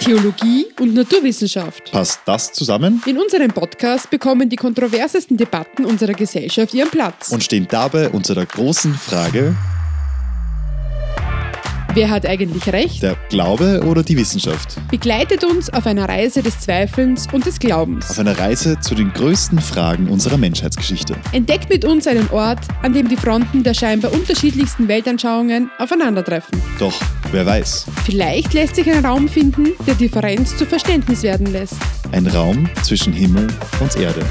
Theologie und Naturwissenschaft. Passt das zusammen? In unserem Podcast bekommen die kontroversesten Debatten unserer Gesellschaft ihren Platz. Und stehen dabei unserer großen Frage, wer hat eigentlich recht? der Glaube oder die Wissenschaft? Begleitet uns auf einer Reise des Zweifelns und des Auf Glaubens. einer Reise zu den größten Fragen unserer Menschheitsgeschichte. Entdeckt mit uns einen Ort, an dem die Fronten der scheinbar unterschiedlichsten Weltanschauungen aufeinandertreffen. Doch wer weiß, Vielleicht lässt sich ein Raum finden, der Differenz zu Verständnis werden lässt. ein Raum zwischen Himmel und Erde.